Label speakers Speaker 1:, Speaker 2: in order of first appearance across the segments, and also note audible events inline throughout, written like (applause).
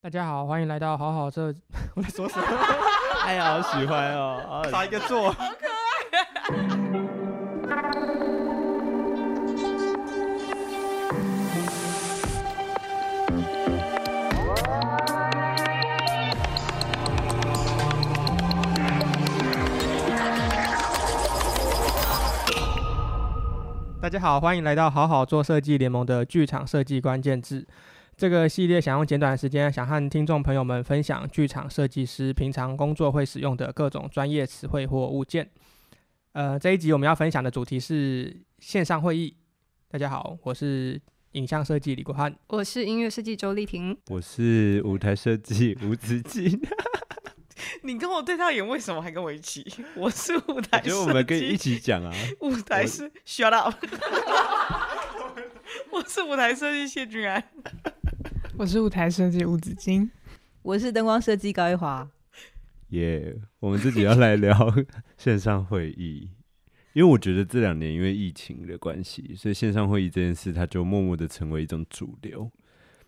Speaker 1: 大家好，欢迎来到好好这。我在说什么？
Speaker 2: 哎呀，好喜欢哦！啊
Speaker 3: 打一个坐，
Speaker 1: 大家好，欢迎来到好好做设计联盟的剧场设计关键字。这个系列想用简短的时间，啊想和听众朋友们分享剧场设计师平常工作会使用的各种专业词汇或物件。呃，这一集我们要分享的主题是线上会议。大家好，我是影像设计李国汉。
Speaker 4: 我是音乐设计周丽婷，
Speaker 2: 我是舞台设计吴子
Speaker 3: (laughs)
Speaker 2: 敬，
Speaker 5: 你跟我对到眼，为什么还跟我一起？ (laughs) 我是舞
Speaker 2: 我
Speaker 5: 台
Speaker 2: 觉得我们可以一
Speaker 5: 设计
Speaker 2: 起讲啊。
Speaker 5: (laughs) 舞台是 shut up，我是舞台设计谢君安，
Speaker 6: 我是舞台设计吴子金，
Speaker 7: 我是灯光设计高一华，
Speaker 2: 耶、我们自己要来聊线上会议，因为我觉得这两年因为疫情的关系，所以线上会议这件事，它就默默的成为一种主流。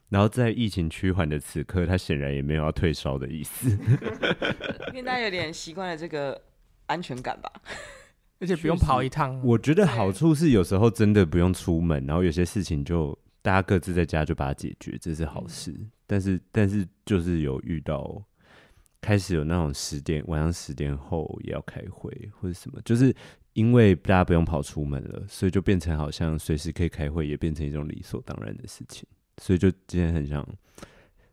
Speaker 2: 然后在疫情趋缓的此刻，它显然也没有要退烧的意思。
Speaker 5: 因为大家有点习惯了这个安全感吧。
Speaker 1: 而且不用
Speaker 2: 确实
Speaker 1: 跑一趟，啊
Speaker 2: 我觉得好处是有时候真的不用出门，然后有些事情就大家各自在家就把它解决，这是好事。但是但是就是有遇到开始有那种十点晚上十点后也要开会或者什么，就是因为大家不用跑出门了，所以就变成好像随时可以开会，也变成一种理所当然的事情。所以就今天很想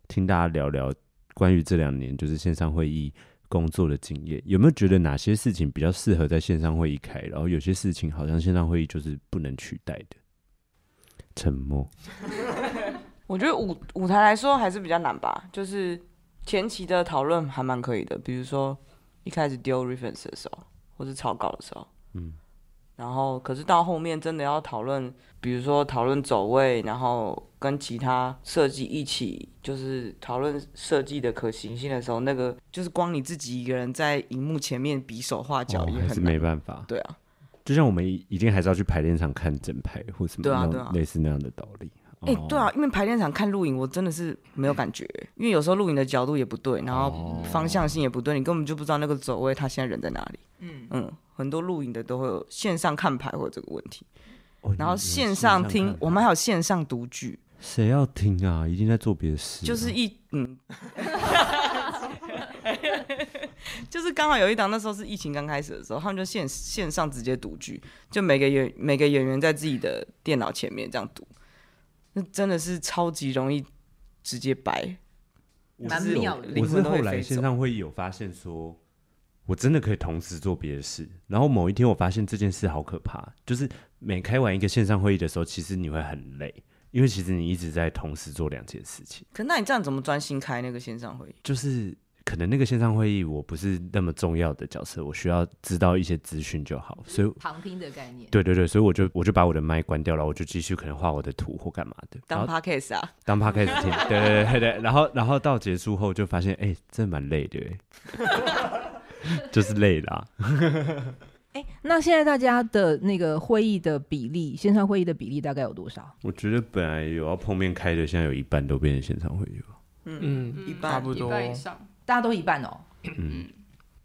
Speaker 2: 听大家聊聊关于这两年就是线上会议工作的经验，有没有觉得哪些事情比较适合在线上会议开，然后有些事情好像线上会议就是不能取代的？沉默。
Speaker 5: 我觉得舞舞台来说还是比较难吧，就是前期的讨论还蛮可以的，比如说一开始丢 reference 的时候，或是草稿的时候，
Speaker 2: 嗯，
Speaker 5: 然后可是到后面真的要讨论，比如说讨论走位，然后跟其他设计一起就是讨论设计的可行性的时候，那个就是光你自己一个人在荧幕前面比手画脚
Speaker 2: 哦
Speaker 5: 也
Speaker 2: 还是
Speaker 5: 很难。
Speaker 2: 没办法。
Speaker 5: 对啊，
Speaker 2: 就像我们一一定还是要去排练场看整排或什么，
Speaker 5: 对啊
Speaker 2: 那
Speaker 5: 对
Speaker 2: 种
Speaker 5: 啊
Speaker 2: 类似那样的道理。
Speaker 5: 哎、
Speaker 2: 哦
Speaker 5: 对啊，，因为排练场看录影，我真的是没有感觉，因为有时候录影的角度也不对，然
Speaker 2: 哦
Speaker 5: 后方向性也不对，你根本就不知道那个走位他现在人在哪里。
Speaker 6: 嗯，
Speaker 5: 嗯，很多录影的都会有线上看牌会有这个问题，
Speaker 2: 哦
Speaker 5: 然后
Speaker 2: 你
Speaker 5: 线上听，我们还有线上读剧，
Speaker 2: 谁要听啊？一定在做别的事啊、
Speaker 5: 就是一嗯， (laughs) 就是刚好有一档那时候是疫情刚开始的时候，他们就线线上直接读剧，就每个演每个演员在自己的电脑前面这样读，那真的是超级容易直接白。
Speaker 2: 我
Speaker 7: 蛮
Speaker 2: 是有
Speaker 7: 妙的
Speaker 2: 我
Speaker 5: 灵
Speaker 2: 是
Speaker 5: 魂都
Speaker 2: 后
Speaker 5: 会
Speaker 2: 来
Speaker 5: 飞
Speaker 2: 线
Speaker 5: 走
Speaker 2: 上会议有发现说，我真的可以同时做别的事。然后某一天我发现这件事好可怕，就是每开完一个线上会议的时候，其实你会很累，因为其实你一直在同时做两件事情。
Speaker 5: 可那你这样怎么专心开那个线上会议？
Speaker 2: 就是可能那个线上会议我不是那么重要的角色，我需要知道一些资讯就好，所以。
Speaker 7: 旁听的概念。
Speaker 2: 对对对，所以我就我就把我的麦关掉了，我就继续可能画我的图或干嘛的，然后
Speaker 5: 当 podcast 啊，
Speaker 2: 当 p 开始听，对对对对对，然后然后到结束后就发现，哎、真的蛮累的，哎 (laughs) 就是累啦。
Speaker 7: 哎、那现在大家的那个会议的比例，线上会议的比例大概有多少？
Speaker 2: 我觉得本来有要碰面开的，现在有一半都变成线上会议了。
Speaker 1: 嗯，
Speaker 5: 一
Speaker 1: 差
Speaker 5: 般，
Speaker 1: 不
Speaker 6: 一
Speaker 1: 多。
Speaker 6: 半以上，
Speaker 7: 大家都一半哦。
Speaker 2: 嗯，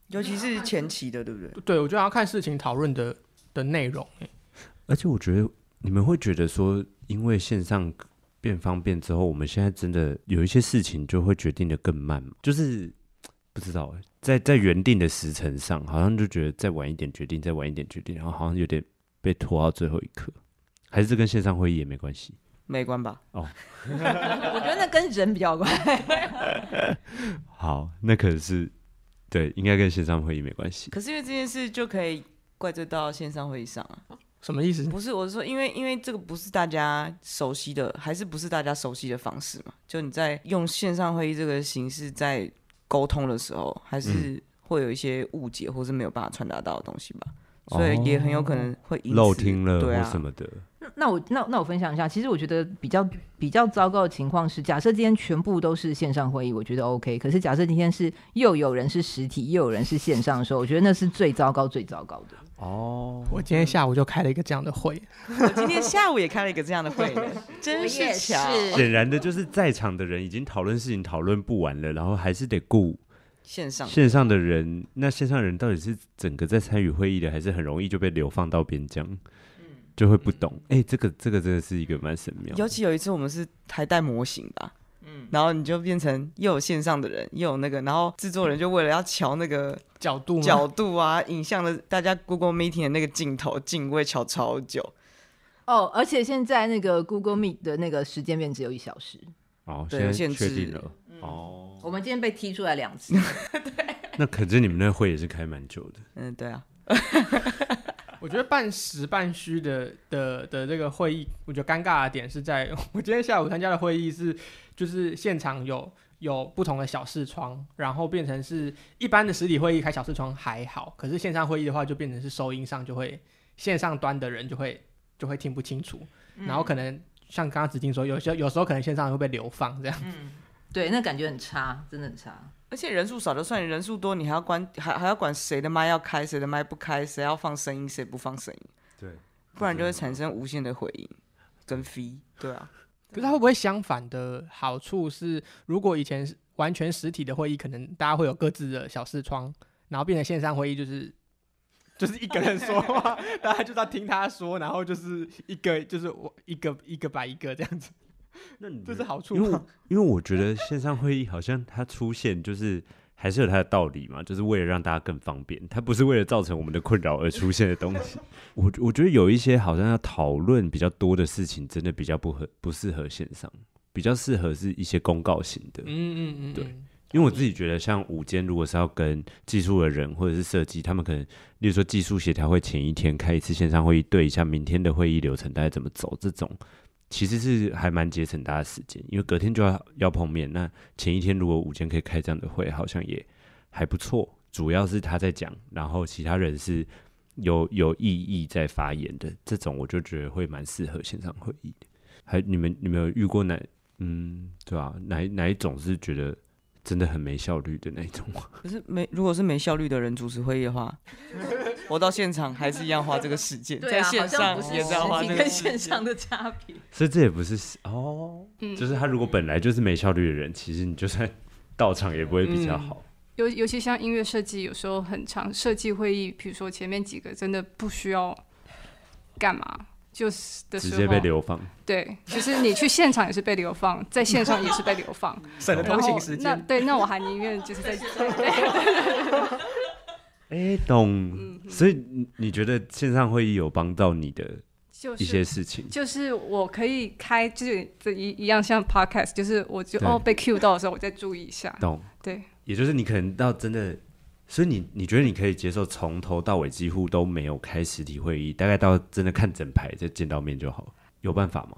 Speaker 5: 尤其是前期的，对不对？
Speaker 1: 对，我觉得要看事情讨论的的内容。
Speaker 2: 而且我觉得你们会觉得说，因为线上变方便之后，我们现在真的有一些事情就会决定的更慢吗，就是不知道哎，在在原定的时辰上，好像就觉得再晚一点决定，再晚一点决定，然后好像有点被拖到最后一刻，还是这跟线上会议也没关系。
Speaker 5: 美观吧？
Speaker 7: (laughs) 我觉得那跟人比较有关。
Speaker 2: (laughs) 好，那可是对，应该跟线上会议没关系。
Speaker 5: 可是因为这件事就可以怪罪到线上会议上啊？
Speaker 1: 什么意思？
Speaker 5: 不是，我是说，因为因为这个不是大家熟悉的，还是不是大家熟悉的方式嘛？就你在用线上会议这个形式在沟通的时候，还
Speaker 2: 嗯
Speaker 5: 是会有一些误解，或是没有办法传达到的东西吧。所以也很有可能会因此
Speaker 2: 哦漏听了
Speaker 5: 对
Speaker 2: 或
Speaker 5: 啊，
Speaker 2: 什么的，
Speaker 7: 那 (laughs) 那我那那我分享一下，其实我觉得比较比较糟糕的情况是，假设今天全部都是线上会议，我觉得 OK。可是假设今天是又有人是实体，又有人是线上的时候，我觉得那是最糟糕、最糟糕的。
Speaker 2: 哦，
Speaker 1: 我今天下午就开了一个这样的会，
Speaker 5: 我今天下午也开了一个这样的会呢，真是巧。
Speaker 2: 显然的就是在场的人已经讨论事情讨论不完了，然后还是得顾
Speaker 5: 线上
Speaker 2: 线上的人。那线上人到底是整个在参与会议的，还是很容易就被流放到边疆，就会不懂。哎、这个这个真的是一个蛮神妙的。
Speaker 5: 尤嗯其有一次我们是还带模型吧，
Speaker 6: 嗯
Speaker 5: 然后你就变成又有线上的人，又有那个，然后制作人就为了要瞧那个
Speaker 1: 角度吗
Speaker 5: 角度啊、影像的，大家 Google Meeting 的那个镜头镜位瞧超久，
Speaker 7: 哦，而且现在那个 Google Meet 的那个时间变只有一小时，
Speaker 2: 哦，
Speaker 5: 对
Speaker 2: 现在
Speaker 5: 限
Speaker 2: 确
Speaker 5: 制嗯
Speaker 2: 定了。哦，
Speaker 7: 我们今天被踢出来两 (laughs) 次。
Speaker 2: 那可是你们那会也是开蛮久的。
Speaker 5: 嗯，对啊，
Speaker 1: 我觉得半实半虚的的的这个会议，我觉得尴尬的点是在 (laughs) 我今天下午参加的会议是，就是现场有有不同的小视窗，然后变成是一般的实体会议开小视窗还好，可是线上会议的话就变成是收音上就会线上端的人就会就会听不清楚，
Speaker 7: 嗯
Speaker 1: 然后可能像刚刚子静说，有些有时候可能线上会被流放这样。
Speaker 7: 对，那感觉很差，真的很差。
Speaker 5: 而且人数少就算，你人数多，你还要关还还要管谁的麦要开，谁的麦不开，谁要放声音，谁不放声音，
Speaker 2: 对，
Speaker 5: 不然就会产生无限的回音跟 fee，对啊，
Speaker 1: 可是它会不会相反的好处是，如果以前是完全实体的会议，可能大家会有各自的小视窗，然后变成线上会议就是。就是一个人说话，大家就是要听他说，然后就是一个 (laughs) 就是我一个一个摆一个这样子，
Speaker 2: 那你
Speaker 1: 这是好处
Speaker 2: 嗯因为
Speaker 1: 吗
Speaker 2: 我？因为我觉得线上会议好像它出现就是还是有它的道理嘛，就是为了让大家更方便，它不是为了造成我们的困扰而出现的东西。我我觉得有一些好像要讨论比较多的事情，真的比较不合不适合线上，比较适合是一些公告型的。
Speaker 1: 嗯嗯嗯，
Speaker 2: 对
Speaker 1: 嗯
Speaker 2: 因为我自己觉得，像午间如果是要跟技术的人或者是设计，他们可能，例如说技术协调会前一天开一次线上会议，对一下明天的会议流程大概怎么走，这种其实是还蛮节省大家时间，因为隔天就要要碰面。那前一天如果午间可以开这样的会，好像也还不错。主要是他在讲，然后其他人是有有意义在发言的，这种我就觉得会蛮适合线上会议的。还你们你们有遇过哪嗯对啊哪一哪一种是觉得？真的很没效率的那种。
Speaker 5: 可是没，如果是没效率的人主持会议的话，我到现场还是一样花这个时间，
Speaker 7: 对
Speaker 5: 在
Speaker 7: 啊，好
Speaker 5: 线
Speaker 7: 像
Speaker 5: 上
Speaker 7: 不是
Speaker 5: 也
Speaker 7: 实
Speaker 5: 是要花
Speaker 7: 体
Speaker 5: 这个
Speaker 7: 跟
Speaker 5: 时
Speaker 7: 线
Speaker 5: 间
Speaker 7: 上。的差别。
Speaker 2: (laughs) 所以这也不是哦，
Speaker 6: 嗯
Speaker 2: 就是他如果本来就是没效率的人，其实你就算到场也不会比较好。
Speaker 3: 尤尤其像音乐设计，有时候很长设计会议，比如说前面几个真的不需要干嘛，就是的
Speaker 2: 直
Speaker 3: 时
Speaker 2: 接被
Speaker 3: 候，
Speaker 2: 流放，
Speaker 3: 对，就是你去现场也是被
Speaker 2: (laughs)
Speaker 3: 流放，在线上也是被流
Speaker 6: (laughs)
Speaker 3: 放，
Speaker 1: 省了
Speaker 3: 然
Speaker 1: 通
Speaker 3: 后
Speaker 1: 勤时
Speaker 3: 那
Speaker 1: 间。
Speaker 3: 对，那我还宁愿就是在
Speaker 2: 哎、懂。所以你你觉得线上会议有帮到你的
Speaker 3: 就
Speaker 2: 一些
Speaker 3: 是。
Speaker 2: 事情？
Speaker 3: 就是我可以开，就是这一一样像 podcast，就是我就
Speaker 2: 对
Speaker 3: 哦被 cue 到的时候，我再注意一下。
Speaker 2: 懂。
Speaker 3: 对，
Speaker 2: 也就是你可能到真的，所以你你觉得你可以接受从头到尾几乎都没有开实体会议，大概到真的看整排再见到面就好，有办法吗？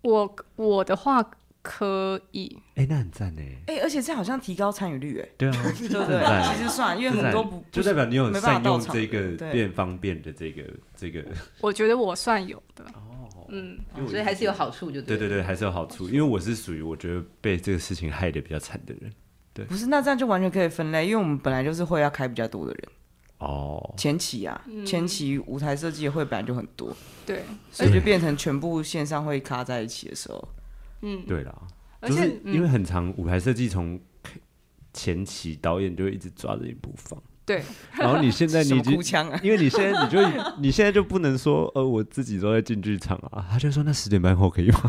Speaker 3: 我我的话可以，
Speaker 2: 哎、那很赞呢。
Speaker 5: 哎、而且这好像提高参与率、哎，
Speaker 2: 对啊，
Speaker 5: 对不
Speaker 2: 很赞
Speaker 5: 对？其实算，因为
Speaker 2: 就
Speaker 5: 很
Speaker 2: 在
Speaker 5: 多不
Speaker 2: 就代表你有
Speaker 5: 没办法
Speaker 2: 善
Speaker 5: 到
Speaker 2: 用
Speaker 5: 场
Speaker 2: 这个
Speaker 5: 对
Speaker 2: 变方便的这个这个，
Speaker 3: 我觉得我算有的。
Speaker 2: 哦
Speaker 3: 嗯，
Speaker 7: 哦所以还是有好处就
Speaker 2: 对对
Speaker 7: 对了
Speaker 2: 对，还是有好处。因为我是属于我觉得被这个事情害的比较惨的人。
Speaker 5: 不是，那这样就完全可以分类，因为我们本来就是会要开比较多的人，
Speaker 2: 哦，
Speaker 5: 前期啊，前期舞台设计的会本来就很多，
Speaker 3: 对，
Speaker 5: 所以就变成全部线上会卡在一起的时候，
Speaker 3: 嗯，
Speaker 2: 对啦，
Speaker 3: 而
Speaker 2: 就
Speaker 3: 且
Speaker 2: 是因为
Speaker 3: 嗯
Speaker 2: 很长舞台设计从前期导演就会一直抓着你不
Speaker 5: (laughs)
Speaker 2: 放，
Speaker 3: 对，
Speaker 2: 然后你现在
Speaker 5: 什
Speaker 2: 你已
Speaker 5: 么
Speaker 2: 经
Speaker 5: 哭腔啊？
Speaker 2: 因为你现在你就你现在就不能说呃我自己都在进剧场啊，他就说那十点半后可以吗？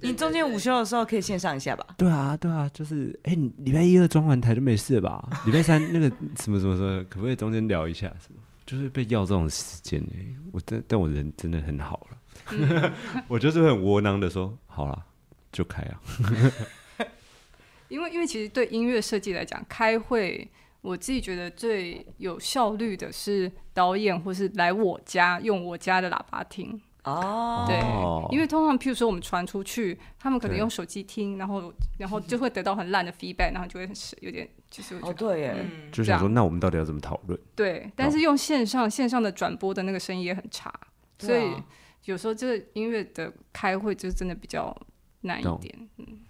Speaker 5: 你中间午休的时候可以线上一下吧？
Speaker 2: 对啊对啊，就是哎、你礼拜一二装完台就没事了吧？礼拜三那个什么什么什么，可不可以中间聊一下什么？就是被要这种时间哎、我但但我人真的很好了，
Speaker 3: 嗯
Speaker 2: (laughs) 我就是会很窝囊的说好啦，就开啊，
Speaker 3: 因为因为其实对音乐设计来讲，开会我自己觉得最有效率的是导演或是来我家用我家的喇叭听，
Speaker 5: 哦，
Speaker 3: 对，
Speaker 2: 哦
Speaker 3: 因为通常譬如说我们传出去，他们可能
Speaker 2: 对
Speaker 3: 用手机听，然后然后就会得到很烂的 feedback，然后就会很是有点就是我觉
Speaker 5: 哦
Speaker 3: 得、嗯
Speaker 5: 对耶，
Speaker 2: 就想
Speaker 3: 这
Speaker 2: 说
Speaker 3: 样
Speaker 2: 那我们到底要怎么讨论？
Speaker 3: 对，但是用线上线上的转播的那个声音也很差，所
Speaker 7: 对啊
Speaker 3: 以有时候这个音乐的开会就真的比较难一
Speaker 2: 懂
Speaker 3: 点。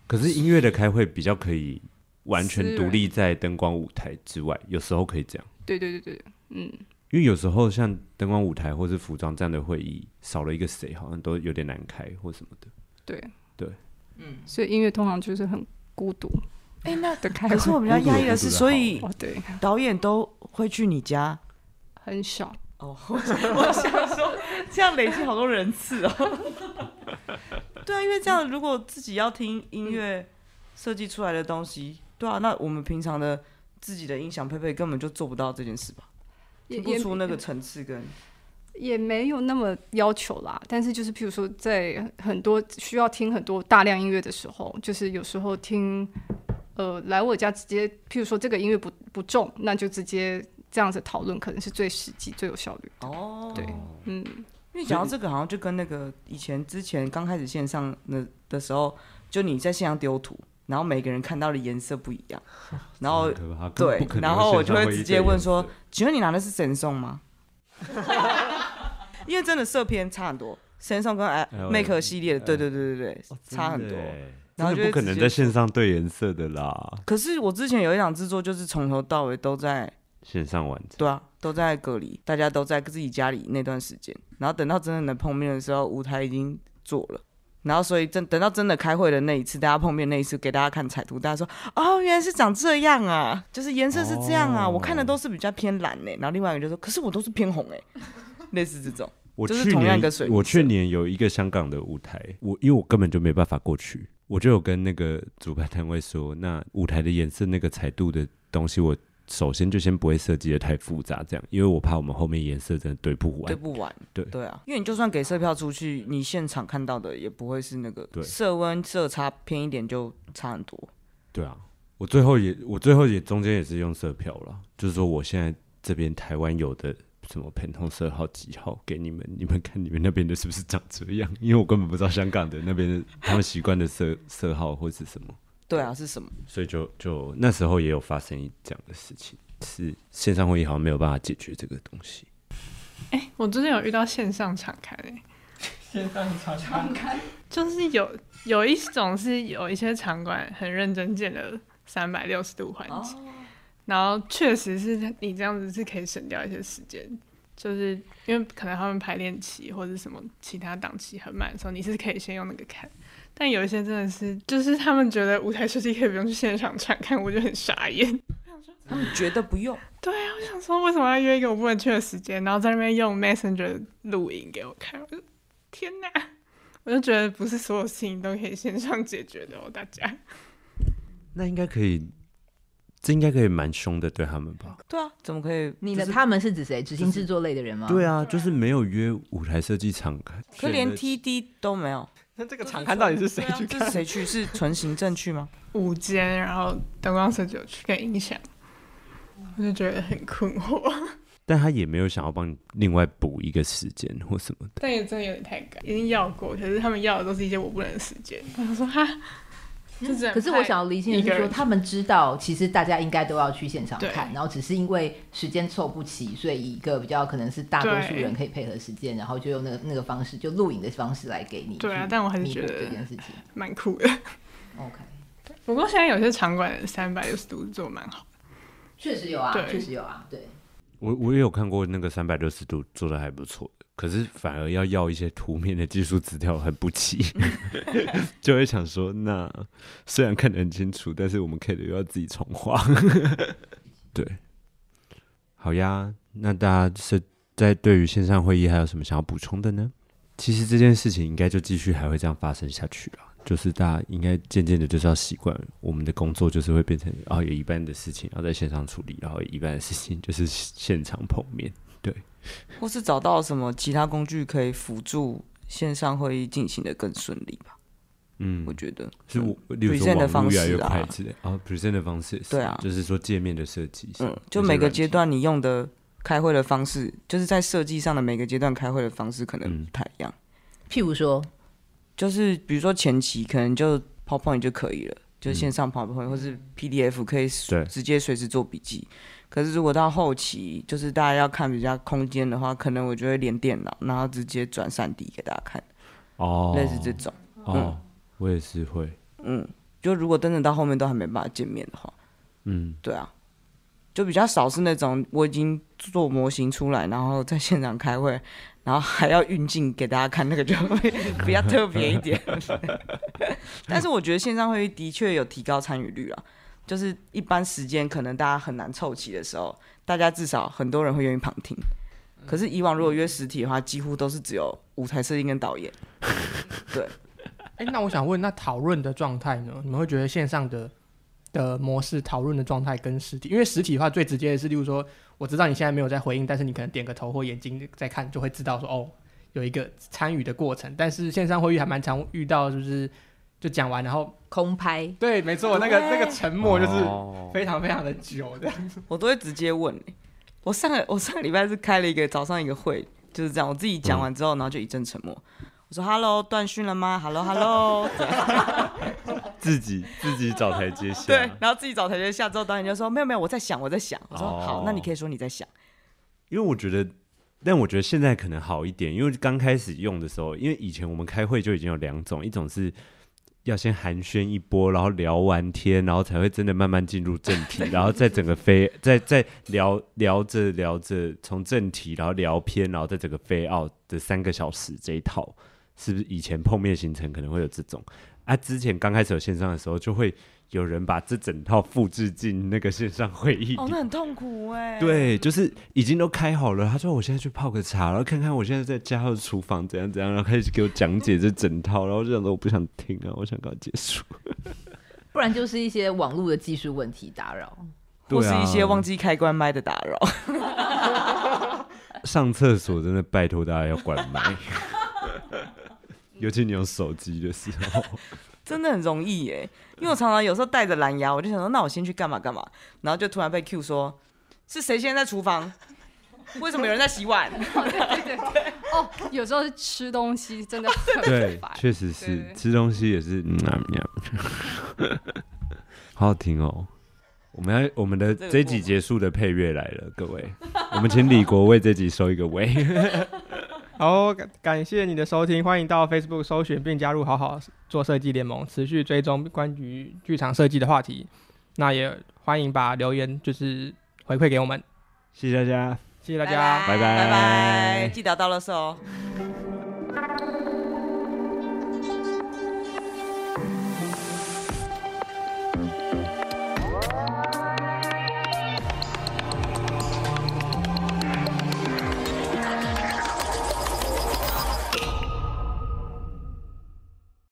Speaker 2: 可是音乐的开会比较可以完
Speaker 3: 私
Speaker 2: 全
Speaker 3: 人
Speaker 2: 独立在灯光舞台之外，有时候可以这样，
Speaker 3: 对对对对，嗯，
Speaker 2: 因为有时候像灯光舞台或是服装这样的会议，少了一个谁，好像都有点难开或什么的。
Speaker 3: 对
Speaker 2: 对，
Speaker 3: 嗯，所以音乐通常就是很孤独
Speaker 5: 哎、那
Speaker 3: 的开
Speaker 5: 可是
Speaker 3: 会。
Speaker 5: 我比较压抑的
Speaker 2: 孤独的
Speaker 5: 是，
Speaker 2: 好
Speaker 5: 所以
Speaker 3: 哦，对，
Speaker 5: 导演都会去你家。
Speaker 3: 很少。
Speaker 5: 哦，我想说这样累积好多人次哦。 (laughs) 对啊，因为这样如果自己要听音乐设计出来的东西，对啊，那我们平常的自己的音响配备根本就做不到这件事吧？
Speaker 3: 也
Speaker 5: 听不
Speaker 3: 也
Speaker 5: 出那个层
Speaker 3: (laughs)
Speaker 5: 次跟
Speaker 3: 也没有那么要求啦，但是就是譬如说，在很多需要听很多大量音乐的时候，就是有时候听，呃，来我家直接，譬如说这个音乐不不重，那就直接这样子讨论，可能是最实际、最有效率。
Speaker 5: 哦，
Speaker 3: 对嗯，
Speaker 5: 因为讲到这个，好像就跟那个以前之前刚开始线上的的时候，就你在线上丢图，然后每个人看到的颜色不一 (laughs) 样，然后
Speaker 2: 可怕，
Speaker 5: 对
Speaker 2: 啊不可能
Speaker 5: 然后我就会
Speaker 2: 线上议
Speaker 5: 直接问说
Speaker 2: 这样子，
Speaker 5: 请问你拿的是神送吗？ (laughs) 因为真的色偏差很多，神送跟哎哦
Speaker 2: LA
Speaker 5: Make 系列的，对对对对对，差很多。然后
Speaker 2: 真
Speaker 5: 就
Speaker 2: 的
Speaker 5: 会
Speaker 2: 不可
Speaker 5: 直
Speaker 2: 能
Speaker 5: 接
Speaker 2: 在线上对颜色的啦，
Speaker 5: 可是我之前有一档制作，就是从头到尾都在，
Speaker 2: 线上完成。
Speaker 5: 对啊，都在隔离，大家都在自己家里那段时间，然后等到真的能碰面的时候，舞台已经做了。然后，所以真等到真的开会的那一次，大家碰面那一次，给大家看彩图，大家说：“哦，原来是长这样啊，就是颜色是这样啊。
Speaker 2: 哦
Speaker 5: 我看的都是比较偏蓝诶、然后另外一个就说：“可是我都是偏红诶、 (laughs) 类似这种。
Speaker 2: 我
Speaker 5: 就是
Speaker 2: 去
Speaker 5: 同样
Speaker 2: 年
Speaker 5: 一个水
Speaker 2: 我
Speaker 5: 色
Speaker 2: 去年有一个香港的舞台，我因为我根本就没办法过去，我就有跟那个主办单位说，那舞台的颜色那个彩度的东西，我首先就先不会设计的太复杂，这样，因为我怕我们后面颜色真的对不
Speaker 5: 对
Speaker 2: 完。
Speaker 5: 不完，
Speaker 2: 对
Speaker 5: 对啊，因为你就算给色票出去，你现场看到的也不会是那个
Speaker 2: 对
Speaker 5: 色温色差偏一点就差很多。
Speaker 2: 对啊，我最后也我最后也中间也是用色票了，就是说我现在这边台湾有的。什么pentone 色号几号给你们？ (laughs) 你们看你们那边的是不是长这样？因为我根本不知道香港的那边的他们习惯的色色号或是什么。
Speaker 5: 对啊，是什么？
Speaker 2: 所以就就那时候也有发生一这样的事情，是线上会议好像没有办法解决这个东西。
Speaker 6: 哎我之前有遇到线上敞开、欸，线上敞开，就是有有一种是有一些场馆很认真建了三百六十度环
Speaker 7: 哦
Speaker 6: 境，然后确实是你这样子是可以省掉一些时间，就是因为可能他们排练期或者什么其他档期很满的时候，你是可以先用那个看。但有一些真的是，就是他们觉得舞台设计可以不用去现场场看，我就很傻眼。
Speaker 5: 他
Speaker 2: 嗯
Speaker 5: 们觉得不用，
Speaker 6: 想说为什么要约一个我不能去的时间，然后在那边用 Messenger 录影给我看，我就天哪！我就觉得不是所有事情都可以线上解决的哦，大家。
Speaker 2: 那应该可以，这应该可以蛮凶的对他们吧？
Speaker 5: 对啊，怎么可以？
Speaker 7: 你的
Speaker 5: 就是
Speaker 7: 他们是指谁？执行制作类的人吗？
Speaker 2: 对啊，就是没有约舞台设计场，
Speaker 5: 可连 TD 都没有，
Speaker 1: 那这个场刊到啊底是谁去
Speaker 5: 这是谁去？是纯行政去吗？
Speaker 6: 午间，然后灯光设计有去跟音响，我就觉得很困惑， (laughs)
Speaker 2: 但他也没有想要帮你另外补一个时间或什么的。
Speaker 6: 但也真的有点太赶，已经要过，可是他们要的都是一些我不能的时间。我想说哈，就这样。
Speaker 7: 嗯可是我想要厘清的
Speaker 6: 一个
Speaker 7: 是说，
Speaker 6: 人
Speaker 7: 他们知道其实大家应该都要去现场
Speaker 6: 对
Speaker 7: 看，然后只是因为时间凑不齐，所以以一个比较可能是大多数
Speaker 6: 对
Speaker 7: 人可以配合时间，然后就用那个那个方式，就录影的方式来给你去弥补
Speaker 6: 对
Speaker 7: 这件
Speaker 6: 啊但我还
Speaker 7: 事情。
Speaker 6: 是觉得蛮酷的。
Speaker 7: OK，
Speaker 6: 不过现在有些场馆三百六十度做得蛮好，
Speaker 7: 确实有啊，
Speaker 6: 对
Speaker 7: 确实有啊，对。
Speaker 2: 我我也有看过那个三百六十度做的还不错的，可是反而要要一些图面的技术资料很不 (laughs) 齐，就会想说，那虽然看得很清楚，但是我们可以又要自己重画。 (laughs) 对，好呀，那大家是在对于线上会议还有什么想要补充的呢？其实这件事情应该就继续还会这样发生下去啦，就是大家应该渐渐的就是要习惯我们的工作，就是会变成啊有一半的事情要在线上处理，然后有一半的事情就是现场碰面。
Speaker 5: 或是找到什么其他工具可以辅助线上会议进行的更顺利吧？
Speaker 2: 嗯
Speaker 5: 我觉得
Speaker 2: 是我，例如说
Speaker 5: present
Speaker 2: 网
Speaker 5: 的
Speaker 2: 络
Speaker 5: 方
Speaker 2: 越来
Speaker 5: 式
Speaker 2: 越
Speaker 5: 啊
Speaker 2: 快之类啊，present 的方式也是
Speaker 5: 对啊
Speaker 2: 就是说界面的设计，
Speaker 5: 嗯，就每个阶，段你用的开会的方式，就是在设计上的每个阶段开会的方式可能
Speaker 2: 嗯
Speaker 5: 不太一样。
Speaker 7: 譬如说，
Speaker 5: 就是比如说前期可能就 PowerPoint 就可以了，就是
Speaker 2: 嗯
Speaker 5: 线上 PowerPoint 或是 PDF 可以随
Speaker 2: 对
Speaker 5: 直接随时做笔记。可是如果到后期，就是大家要看比较空间的话，可能我就会连电脑，然后直接转三 D 给大家看，
Speaker 2: 哦，
Speaker 5: 类似这种。
Speaker 2: 哦，我也是会，
Speaker 5: 嗯，就如果真的到后面都还没办法见面的话，
Speaker 2: 嗯，
Speaker 5: 对啊，就比较少是那种我已经做模型出来，然后在现场开会，然后还要运镜给大家看，那个就会比较特别一点。 (laughs) 但是我觉得线上会议的确有提高参与率啊，就是一般时间可能大家很难凑齐的时候，大家至少很多人会愿意旁听。可是以往如果约实体的话，几乎都是只有舞台设计跟导演。
Speaker 1: 哎、那我想问，那讨论的状态呢？你们会觉得线上的的模式讨论的状态跟实体，因为实体的话最直接的是，例如说，我知道你现在没有在回应，但是你可能点个头或眼睛在看，就会知道说哦，有一个参与的过程。但是线上会议还蛮常遇到，就是就讲完，然后
Speaker 7: 空拍，
Speaker 1: 对，没错，那个那个沉默就是
Speaker 2: 哦
Speaker 1: 非常非常的久的。
Speaker 5: 我都会直接问、欸。我上个我上个礼拜是开了一个早上一个会，就是这样，我自己讲完之后，然后就一阵沉默。我说 “hello”，断讯了吗？“hello (laughs) hello”，这样
Speaker 2: 自己自己找台阶下，
Speaker 5: 对，然后自己找台阶下之后，导演就说“没有没有，我在想，我在想”。我说：“
Speaker 2: 哦
Speaker 5: 好，那你可以说你在想。
Speaker 2: 因为我觉得，但我觉得现在可能好一点，因为刚开始用的时候，因为以前我们开会就已经有两种，一种是要先寒暄一波，然后聊完天，然后才会真的慢慢进入正题，然后再整个飞，再再聊聊着聊着从正题，然后聊偏，然后再整个飞奥的三个小时这一套，是不是以前碰面行程可能会有这种？啊，之前刚开始有线上的时候，就会有人把这整套复制进那个线上会议里”
Speaker 5: 哦，那很痛苦哎、，
Speaker 2: 对，就是已经都开好了。他说我现在去泡个茶，然后看看我现在在家的厨房怎样怎样，然后开始给我讲解这整套，然后这样的我不想听啊，我想赶快结束。
Speaker 7: 不然就是一些网络的技术问题打扰。
Speaker 5: (laughs) 或是
Speaker 2: 对啊
Speaker 5: 一些忘记开关麦的打扰。 (laughs)
Speaker 2: 上厕所真的拜托大家要关麦， (laughs) 尤其你用手机的时
Speaker 5: (laughs)
Speaker 2: 候，
Speaker 5: 真的很容易耶、因为我常常有时候带着蓝牙，我就想说，那我先去干嘛干嘛，然后就突然被 Q 说，是谁先在厨房？为什么有人在洗碗？
Speaker 3: 哦， (laughs) 有时候吃东西真的很
Speaker 2: 对
Speaker 3: 烦，。
Speaker 2: 确实
Speaker 3: 对
Speaker 2: 是
Speaker 3: 对
Speaker 2: 吃东西也是嗯啊喵， (laughs) 好好听哦。我们要我们的
Speaker 5: 这个
Speaker 2: 这一
Speaker 5: 过
Speaker 2: 集
Speaker 5: 吗
Speaker 2: 结束的配乐来了，各位，我们请李国为这集收一个尾。 (laughs)
Speaker 1: 好，感感谢你的收听，欢迎到 Facebook 搜寻并加入好好做设计联盟，持续追踪关于剧场设计的话题。那也欢迎把留言就是回馈给我们，
Speaker 2: 谢谢大家，
Speaker 1: 谢谢大家。
Speaker 2: 拜拜
Speaker 5: 拜拜，记得要到垃圾哦。